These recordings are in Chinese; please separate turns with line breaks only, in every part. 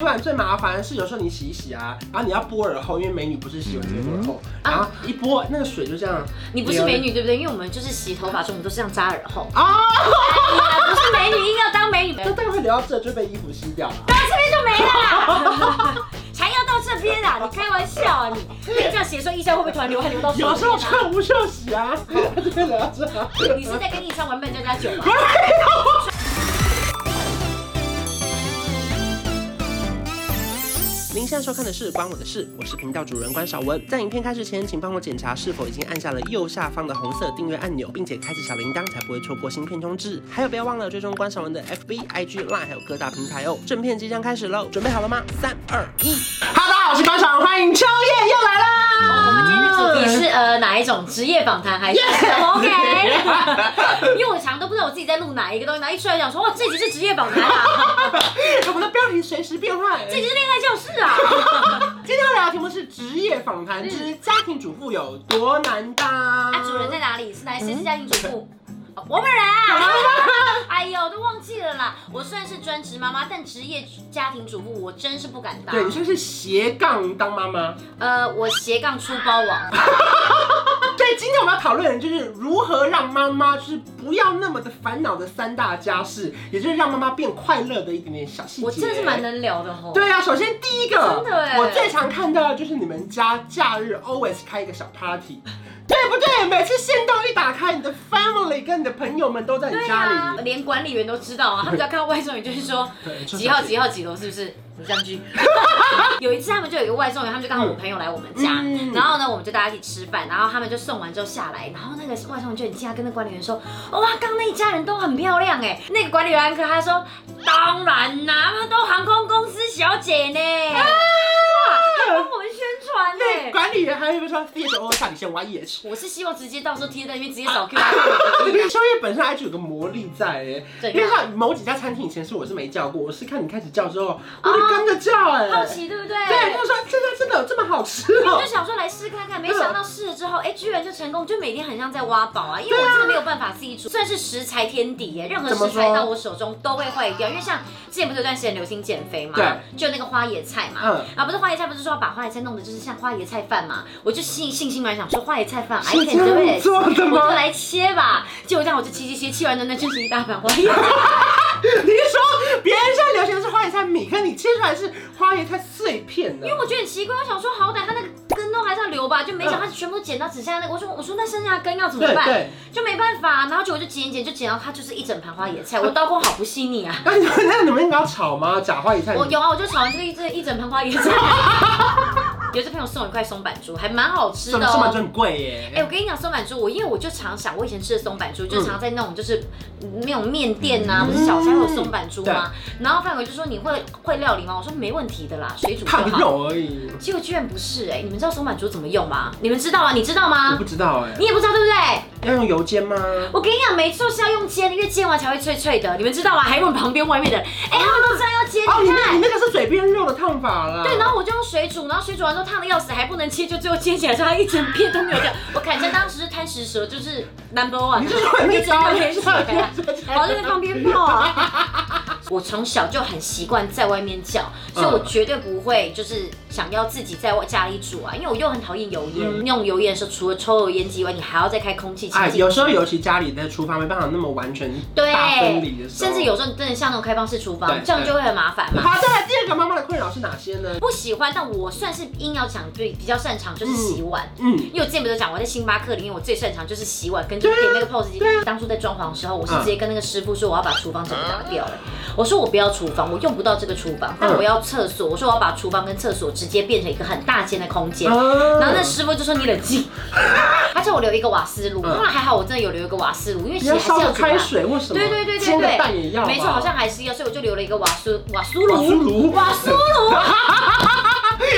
洗碗最麻烦的是有时候你洗一洗啊，然后你要拨耳后，因为美女不是洗完直接拨耳后，然后一拨那个水就这样。
嗯你不是美女对不对？因为我们就是洗头发的时候，我们都是这样扎耳后。
啊，
不是美女，硬要当美女，
那待会聊到这就被衣服吸掉了。
到这边就没了啦。 还要到这边啊？你开玩笑啊你？你这样写说艺校会不会突然流汗流到手
有时候
边啊？
穿无袖洗啊，
哦
就被聊到这。
你是在跟艺校玩扮家家酒吗？
您现在收看的是《关我的事》，我是频道主人关少文。在影片开始前，请帮我检查是否已经按下了右下方的红色订阅按钮，并且开启小铃铛，才不会错过新片通知。还有，不要忘了追踪关少文的 FB、IG、Line，还有各大平台哦。正片即将开始喽，准备好了吗？三、二、一哈喽，大家好，我是关少文，欢迎秋叶又来啦。
我们今天的主题是呃哪一种职业访谈还是 OK？因为我常都不知道我自己在录哪一个东西，然后一出来想说哇这集是职业访谈啊，
我们的标题随时变换。
这集是恋爱教室啊。
今天要聊的题目是职业访谈之家庭主妇有多难当。
啊，主
嗯
人在哪里？是哪谁是家庭主妇？哦我本人啊，哎呦，都忘记了啦。我虽然是专职妈妈，但职业家庭主妇我真是不敢当
对，。你说是斜杠当妈妈。
呃，我斜杠出包王，
对，今天我们要讨论的就是如何让妈妈就是不要那么的烦恼的三大家事，也就是让妈妈变快乐的一点点小细节。
我真的是蛮。能聊的吼。
对啊，首先第一个，
真的耶
我最常看到的就是你们家假日 always 开一个小 party，对不对？每次线动一打开，你的 family 跟你的朋友们都在你
对
家里。
啊，连管理员都知道啊，他们只要看到外送员就会说
对就是
几号几号几楼，是不是？你这样去。 有一次他们就有一个外送员，他们就刚好我朋友来我们家，
嗯
然后呢我们就大家一起吃饭，然后他们就送完之后下来，然后那个外送员就很惊讶跟那管理员说，哇，刚那一家人都很漂亮哎，那个管理员可他说，当然啦，他们都航空公司小姐呢，哇，还帮我们宣传
啊 对，
呢。
管理员还会说 C H O 下底线 Y E H。
我是希望直接到时候贴在那边直接扫 Q R code
因为宵夜本身 IG 有个魔力在哎、
怎样
因为像某几家餐厅以前是我是没叫过，我是看你开始叫之后，我就跟着叫哎、
哦好奇欸对不对？
对，他说这家真的有这么好吃
我
哦
就、想说来试看看，
啊
没想到试了之后，哎、居然就成功，就每天很像在挖宝啊！因为我真的没有办法自己煮，算是食材天敌耶，任何
怎么
食材
说
到我手中都会坏掉。因为像之前不是有段时间流行减肥嘛，
对
就那个花椰菜嘛，
嗯
啊，不是花椰菜，不是说把花椰菜弄得就是像花椰菜饭嘛，我就信信心满想说花椰菜饭，I
是
can
这
do
样
it，
做的
我就
吗？
来切吧。结果这样我就切切切，切完的那就是一大盘花椰菜。
你是说别人现在流行的是花椰菜米，可你切出来是花椰菜碎片呢
因？为我觉得很奇怪，我想说好歹它那个根都还在留吧，就没想到它全部都剪到只剩下那个。我说我说那剩下的根要怎么
嗯对
办？
对，
就没办法，然后结果就剪一剪，就剪到它就是一整盘花野 菜，我刀工好不细腻啊！
那你们那你们应该要炒吗？假花椰菜米
我有啊，我就炒完这一这一整盘花野菜。 有一次朋友送我一块松板猪，还蛮好吃
什
的
么什么
哦。
就很贵耶、
哎、我跟你讲松板猪，我因为我就常想，我以前吃的松板猪，就常在那种就是那种面店啊，
嗯
不是小菜会有松板猪吗？然后范伟就说你会会料理吗？我说没问题的啦，水煮就
烫
好。
肉而已，
结果居然不是哎、你们知道松板猪怎么用吗？你们知道吗？啊你知道
我
吗
不？知道哎、
你也不知道对不对？
要用油煎吗？哦
我跟你讲，没错是要用煎的，因为煎完才会脆脆的，你们知道吗？还问旁边外面的人，哎、他们都知道要煎，
哦，你
你
那你
看。
那个是嘴边肉的烫法啦。
对，然后我就用水煮，然后水煮完之后烫的要死，还不能切，就最后煎起来之后，它一整片都没有掉。我砍成当时是贪食蛇，就是 number one，
你就是把那
一
个
整
刀
个
给
连起来啊，然后在那边放鞭炮啊。 我从小就很习惯在外面叫，
嗯
所以我绝对不会就是想要自己在我家里煮啊，因为我又很讨厌油烟。
嗯
那种油烟的时候，除了抽油烟机以外，你还要再开空气清
哎，
净机
有时候尤其家里的厨房没办法那么完全大分离
对，
的时候，
甚至有时候你真的像那种开放式厨
对
房，这样就会很麻烦嘛。
好，再来第二个妈妈的困扰是哪些呢？
不喜欢，但我算是硬要讲对比较擅长就是洗碗。
嗯，
因为我之前不是讲我在星巴克里面，我最擅长就是洗碗跟就是点那个 POS
啊
机。当初在装潢的时候，
嗯
我是直接跟那个师傅说我要把厨房整个打掉了。我说我不要厨房，我用不到这个厨房，但
嗯
我要厕所。我说我要把厨房跟厕所直接变成一个很大间的空间。
啊
嗯然后那师傅就说你冷静，他叫我留一个瓦斯炉。
嗯
后来还好我真的有留一个瓦斯炉，因为
你
其实
要
还是
烧
要
个
煮饭啊
开水或什么，
对对对对
煎个
对，
蛋也要啊吧，
没错，好像还是要，所以我就留了一个瓦苏瓦苏
瓦苏
炉，
炉
瓦苏炉。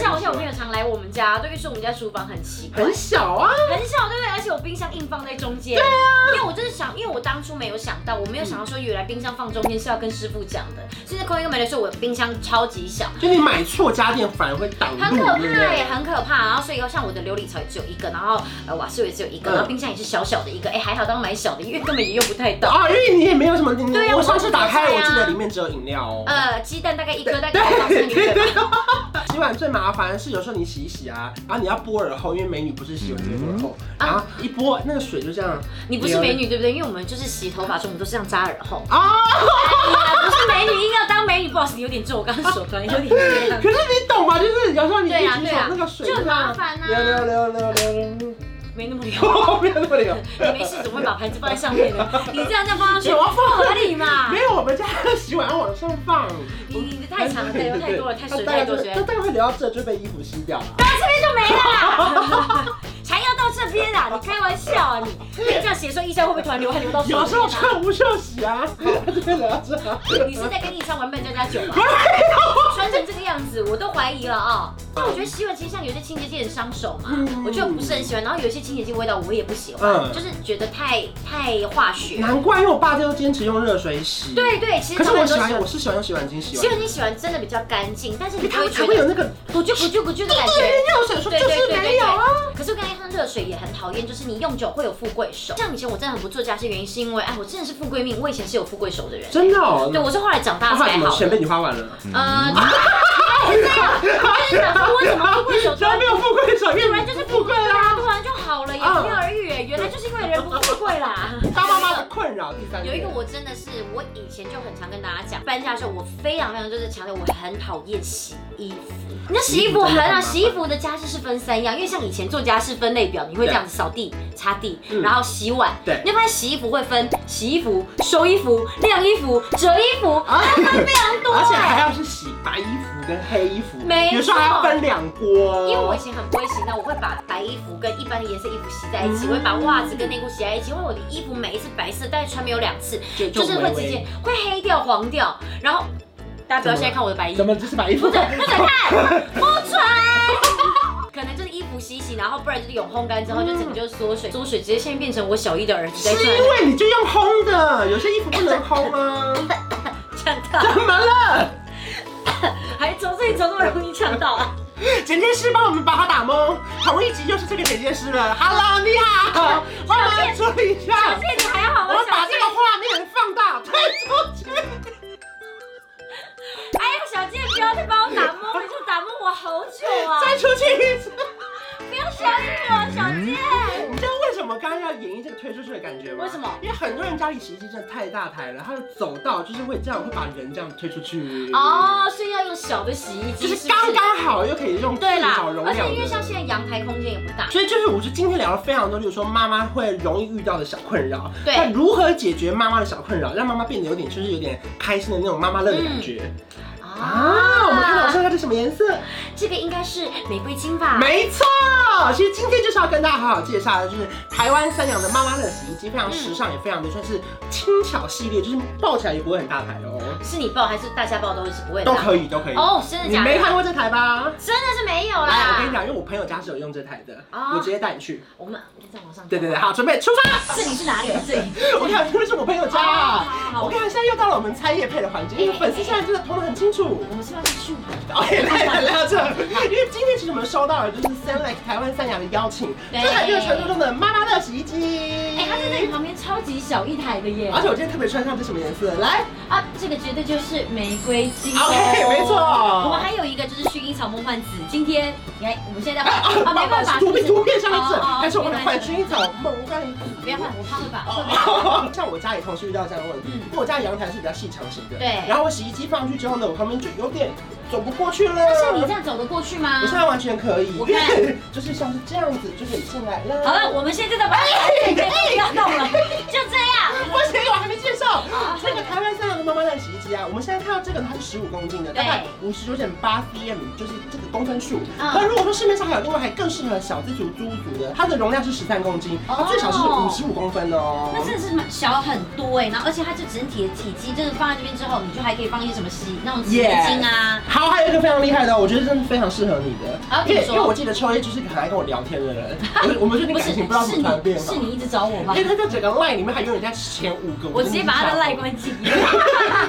像我像我朋友常来我们家，对，于说我们们家厨房很奇怪，
很小啊，
很小，对不对？而且我冰箱硬放在中间。对啊，因为我就是想，因为我当初没有想到，我没有想到说原来冰箱放中间是要跟师傅讲的。现在空间跟没的时候，我冰箱超级小，
就你买错家电反而会挡
很
路
可，
对不
怕
对？
耶，很可怕。然后所以像我的琉璃槽也只有一个，然后呃瓦斯炉也只有一个，
嗯
然后冰箱也是小小的一个。哎，还好当买小的，因为根本也用不太到。
啊，因为你也没有什么，你
对啊
我上次打开，
我
我
忘记
记
了呀
得里面只有饮料哦。
呃，鸡蛋大概一颗，大概一到三个月吧。
对，洗碗呃最麻烦是有时候你洗一洗啊，然后你要拨耳后，因为美女不是洗碗就
嗯
拨耳后，
啊
然后一拨那个水就这样
你不是美女对不对？因为我们就是洗头发的时候，我们都是这样扎耳后。
啊。
哎不是美女，硬要当美女，不好意思，有点重。我刚刚手突然有点这 样
可是你懂吗？就是有时候你一
对啊
举
对
手
啊
那个水
就很
这样
麻烦啊
流流流流流流，
没那么流。
我没有那么流。
你没事怎么会把盘子放在上面呢？你这样这样放上去，我不合理嘛
没？有，我们家的洗碗要往上放。
你你你太长了，太多太多了，太水
大概
太
就
多
是
水。
它大概会流到这就被衣服吸掉了。
啊，这边就没了啦。 才要到这边啦！你开玩笑啊你！你这样写说医生会不会突然流汗流到手
有时
边
候
啊？
穿无袖洗啊，它就会流到这。
你是在跟印象玩扮家家酒吗？啊 穿成这个样子，我都怀疑了啊、但我觉得洗碗其实像有些清洁剂很伤手嘛，
嗯
我就不是很喜欢。然后有一些清洁剂味道我也不喜欢，
嗯
就是觉得太太化学。
难怪，因为我爸就坚持用热水洗。
对对，其实
可是我喜
常
欢，
常都
我是喜欢用洗碗巾洗
洗
碗，
碗机洗完真的比较干净，但是
因为
你
它
会
才
觉
会有
得
那个
咕啾咕啾咕啾的感觉。
热水说就是没有啊。
可是我刚才喝热水也很讨厌，就是你用久会有富贵手。像以前我真的很不做家事，原因是因为哎，我真的是富贵命，我以前是有富贵手的人。
真的哦，
对，我是后来长大
那后来
才
怎么
好
钱
的。
被你花完了？
呃，就是这样，我就是想说，为什么富 贵手突
怎么
然
没有富贵手，因
突
为
然
你
就是
富贵啊。
啦，突然就好了，也不药而愈哎，原来就是因为人不富贵啦。
当妈妈的困扰，第三
有一个我真的是，我以前就很常跟大家讲，搬家的时候我非常非常就是强调，我很讨厌洗衣服。你那洗衣服很啊，洗衣服的家事是分三样，因为像以前做家事分类表，你会这样子扫地、擦地，
嗯
然后洗碗。
对
你会发现洗衣服会分洗衣服、收衣服、晾衣服、折衣服，
啊，
非常多
而且还
哎。
要是洗白衣服跟黑衣服，
没错
有时候还要分两锅。
因为我以前很不会洗，那我会把白衣服跟一般的颜色衣服洗在一起，
嗯
我会把袜子跟内裤洗在一起，因为我的衣服每一次白色，但是穿没有两次，
就
就是会直接会黑掉、黄掉，然后大家不要现在看我的白衣
怎，么就是白衣服
不？准不准看，不准。 可能就是衣服洗一洗，然后不然就是永烘干之后，就整个就是缩水，缩水直接现在变成我小姨的儿子在
是
转
因为你就用烘的，有些衣服不能烘 啊。
呛到，
怎么了？
还怎么这里怎么那么容易呛到啊？
剪接师帮我们把它打蒙，同一集又是这个剪接师了。Hello，你好，帮忙处理一
小
下。
骗子还好
我
吗？
们把
小
这
健
个画面放大推出去。
哎呀，小健不要再帮我 打蒙，你就打蒙我好久啊！
再出去一次。
不要小心我，小健。
你知道为什么刚刚要演绎这个推出去的感觉吗？
为什么
因为很多人家里洗衣机真的太大台了，它的走道就是会这样，会把人这样推出去。，
哦，所以要用小的洗衣
就
机，
是
不
刚刚好又可以用
对
最
啦
少容，
而
量
且因为像
的。
现在阳台空间也不大，
所以就是，我就今天聊了非常多，例如说妈妈会容易遇到的小困扰，
对
那如何解决妈妈的小困扰，让妈妈变得有点就是有点开心的那种妈妈乐的
嗯
感觉、啊！我们看老师它是什么颜色？
这个应该是玫瑰金吧？
没错，其实今天就是要跟大家好好介绍的，就是台湾三洋的妈妈乐洗衣机，非常时尚，也非常的算是轻巧系列，就是抱起来也不会很大台哦，
是你报还是大家报都是不会的
都
啊？
可以，都可以。
哦，真的
你
假的？
没看过这台吧？
真的是没有
来，我跟你
啦。
讲，因为我朋友家是有用这台的，
哦
我直接带你去。
我们再往上。
对对对，，好，准备出发。
这里是哪里？这里。
我看这是我朋友家
好
啊。
好好
我跟你讲，现在又到了我们猜夜配的环节，因
哎
为粉丝现在真的头脑很清楚。
我们是不是要去去玩？
哦，也来了，来到这， 因为今天其实我们收到了就是 Sunlight 台湾三亚的邀请，
对
这台就是传说中的妈妈乐洗衣机。
哎，它在这里旁边超级小一台的耶
而。且我今天特别穿上啊这什么颜色？来，
啊，这个绝对就是玫瑰金哦。
OK，没啊错
我们还有一个就是薰衣草梦幻紫，今天你看我们现 在在换啊，没办法，
图片
是
图
不是
片上面是，
哦哦
还是我们的换
没关
薰衣草梦幻紫？
不要换，我怕会把会把。
哦。 像我家里同事遇到这样的问题，
嗯
因为我家阳台是比较细长型的，
对
然后我洗衣机放上去之后呢，我旁边就有点走不过去了。
但是你这样走得过去吗
我？现在完全可以，
我看
因为 就是像是这样子就可以进来了。
好了，我们现在
哎
在把它不要动了，就这样。
不行，我还没介绍这个台湾三亚的那妈妈那个洗衣机啊，我们现在看到这个它是十五公斤的，大概五十九点八 cm，就是这个公分数。
嗯
可如果说市面上还有另外还更适合小资族、租屋族的，它的容量是十三公斤，它最小是
哦
五十五公分哦。
那真的是蛮小很多哎，然后而且它就整体的体积，就是放在这边之后，你就还可以放一些什么洗那种洗衣精啊，
好，还有一个非常厉害的哦，我觉得真的非常适合你的
好，
因为
请
因
说
为我记得秋叶就是一个很爱跟我聊天的 人，我我们最近
不
感
是
情不知道怎
是
么突然
你
变
是
好，
你一直找我吗
因？为他在整个 line 里面还有人在前五个，
我直接把它的赖
关。
关机。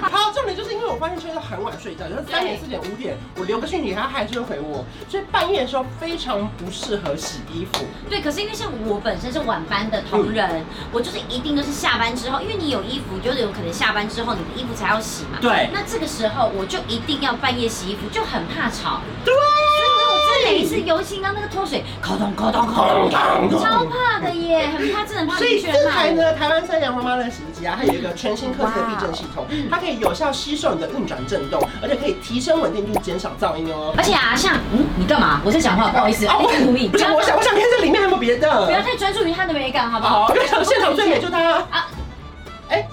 好，重点就是因为我发现秋叶都很晚睡觉，有时候三点、四点、五点，我留个讯息，他还是会回我，所以半夜的时候非常不适合洗衣服。
对，可是因为像我本身是晚班的同
嗯
仁，我就是一定都是下班之后，因为你有衣服，就是有可能下班之后你的衣服才要洗嘛。
对
那这个时候我就一定要半夜洗衣服，就很怕吵。
对，
所以我真的每次尤其刚那个脱水，口咚口咚口
咚咚
咚，
咚
超怕的耶，很怕，真的很怕
所
邻
以
居
这
人骂
台
我。
呢，台湾三洋妈妈的洗衣机啊，它有一个全新科技的避震系统
哇嗯，
它可以有效吸收你的运转震动，而且可以提升稳定度，减少噪音哦。
而且啊，像嗯，你干嘛？我在讲话，不好意思，
啊
我在故意。
不
不
是，
要
我想我想看这里面还有没有别的。
不要太专注于它的美感，好不好？
好，因为现场最美就它。
啊
哎，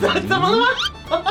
怎怎么了吗？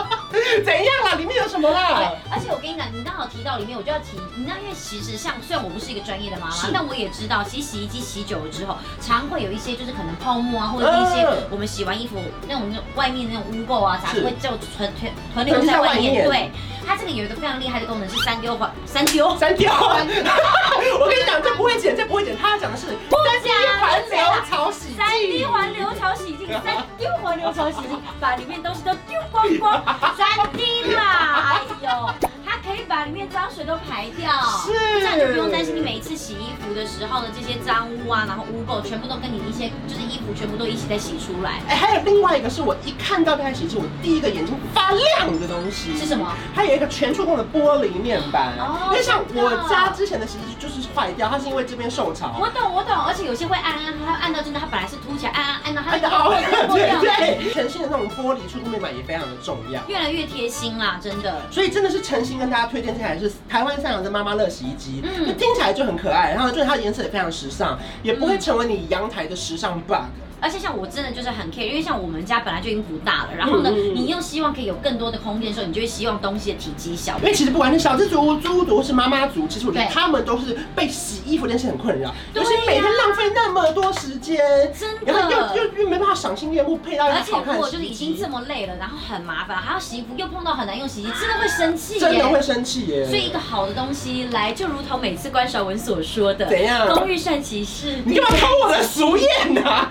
怎样啦？里面有什么啦？
而且我跟你讲，你刚好提到里面，我就要提，你知道，因为其实像虽然我不是一个专业的妈妈
是，
但我也知道，其实洗衣机洗久了之后，常会有一些就是可能泡沫啊，或者是一些
嗯
我们洗完衣服那种外面那种污垢啊，杂
是
志会就存存存留在外面。对，它这个有一个非常厉害的功能是三丢法，三丢。
删掉。 我跟你讲，这不会剪，这不会剪。他讲的是三 D 环流潮洗
三滴
剂。
环流潮洗净，三丢环流潮洗净，把里面东西都丢光光，三滴啦！哎呦，它可以把里面脏水都排掉，
是
这样就不用担心你每一次洗衣服的时候呢，这些脏污啊，然后污垢全部都跟你一些就是衣服全部都一起在洗出来。
哎，还有另外一个是我一看到这台洗衣机，我第一个眼睛发亮的东西
是什么？
它有一个全触控的玻璃面板
哦，
因为像
真的
我家之前的洗衣机就是坏掉，它是因为这边受潮。
我懂，我懂，而且有些会按按，它按到真的，它本来是凸起来，按按按到它
哎，
就
好，
破
对
掉了，
对，全新的那种玻璃触控面板也非常的重要。
越来越贴心啦，真的。
所以真的是诚心跟大家推荐这台是台湾三洋的妈妈乐洗衣机，
嗯
嗯，听起来就很可爱，然后就是它的颜色也非常时尚，也不会成为你阳台的时尚 bug。
而且像我真的就是很 care，因为像我们家本来就已经不大了，然后呢，
嗯嗯嗯
你又希望可以有更多的空间的时候，你就会希望东西的体积小
因。为其实不管是小资族、租屋族或是妈妈族，其实我觉得
对
他们都是被洗衣服这件事很困扰，
对
尤
呀
其每天浪费那么多时间，
真的
然后又又又没办法赏心悦目配到一个
而且
好
如
看的
果就
洗
是
衣
已经
机
这，么累了，然后很麻烦，还要洗衣服，又碰到很难用洗衣机，真的会生气耶。
真的会生气耶。
所以一个好的东西来，就如同每次关晓雯所说的，
怎样
工欲善其事，
你干嘛偷我的俗谚呢、 啊？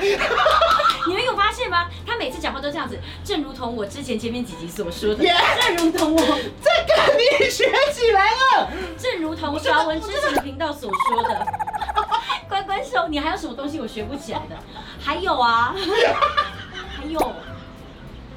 你们有发现吗？他每次讲话都这样子，正如同我之前前面几集所说的
Yeah
正如同 我，
这个你学起来了。
正如同小文之前频道所说的。 关关手，你还有什么东西我学不起来的？还有啊，还有，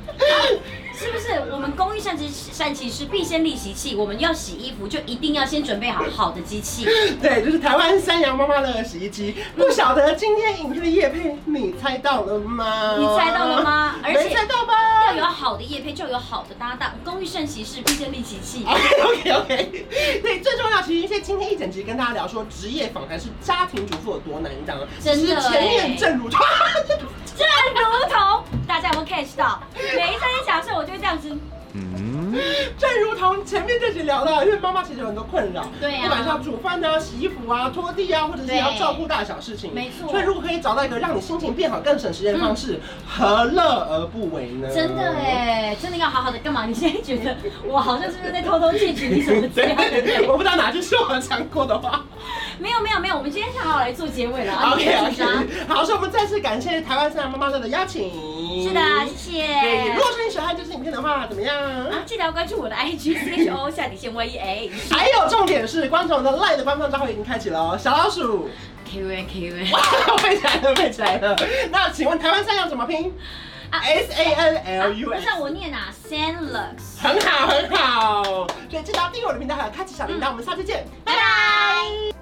啊是不是我们工欲善其善其事，必先利其器？我们要洗衣服，就一定要先准备好好的机器。
对，就是台湾三洋妈妈的洗衣机。
嗯
不晓得今天影片的叶配，你猜到了吗？
你猜到了？吗？而
呃没
且
猜到吧
要 有好的业配，就有好的搭档。工欲善其事，必先利其器。
哎？OK OK，对，最重要其实是今天一整集跟大家聊说职业访谈是家庭主妇有多难当，
真的哎
其实前面正如 他，
正如同大家有没有 catch 到？每一次一讲事，我就会这样子。
嗯 正如同前面这集聊到，因为妈妈其实有很多困扰，
对啊
不管是要煮饭啊、洗衣服啊、拖地啊，或者是
对
要照顾大小事情，
没错嗯
所以如果可以找到一个让你心情变好、更省时间的方式，何乐而不为呢？
真的哎，真的要好好的干嘛？你现在觉得我好像是不是在偷偷窃取你什么资料？对不
对，
对
我不知道哪句是我讲过的话。
没有没有没有，我们今天是好好来做结尾了。啊
OK
你不要紧张
OK，好，所以我们再次感谢台湾三亚妈妈乐的邀请。
是的，谢谢。
对，如果说你喜欢这支影片的话，怎么样？
啊，记得要关注我的 IG C H O 下底线 Y E A
还有重点是，观众的 LINE 的官方账号已经开启了哦，小老鼠，
K U N K U N
哇，背起来了，背起来了。 那请问台湾三亚怎么拼
啊
？S A N L U
不
S
是。我念啊 s a n l u x
很好，很好。所以记得要订阅我的频道，还有开启小铃铛。我们下次见，拜
拜
拜。
拜。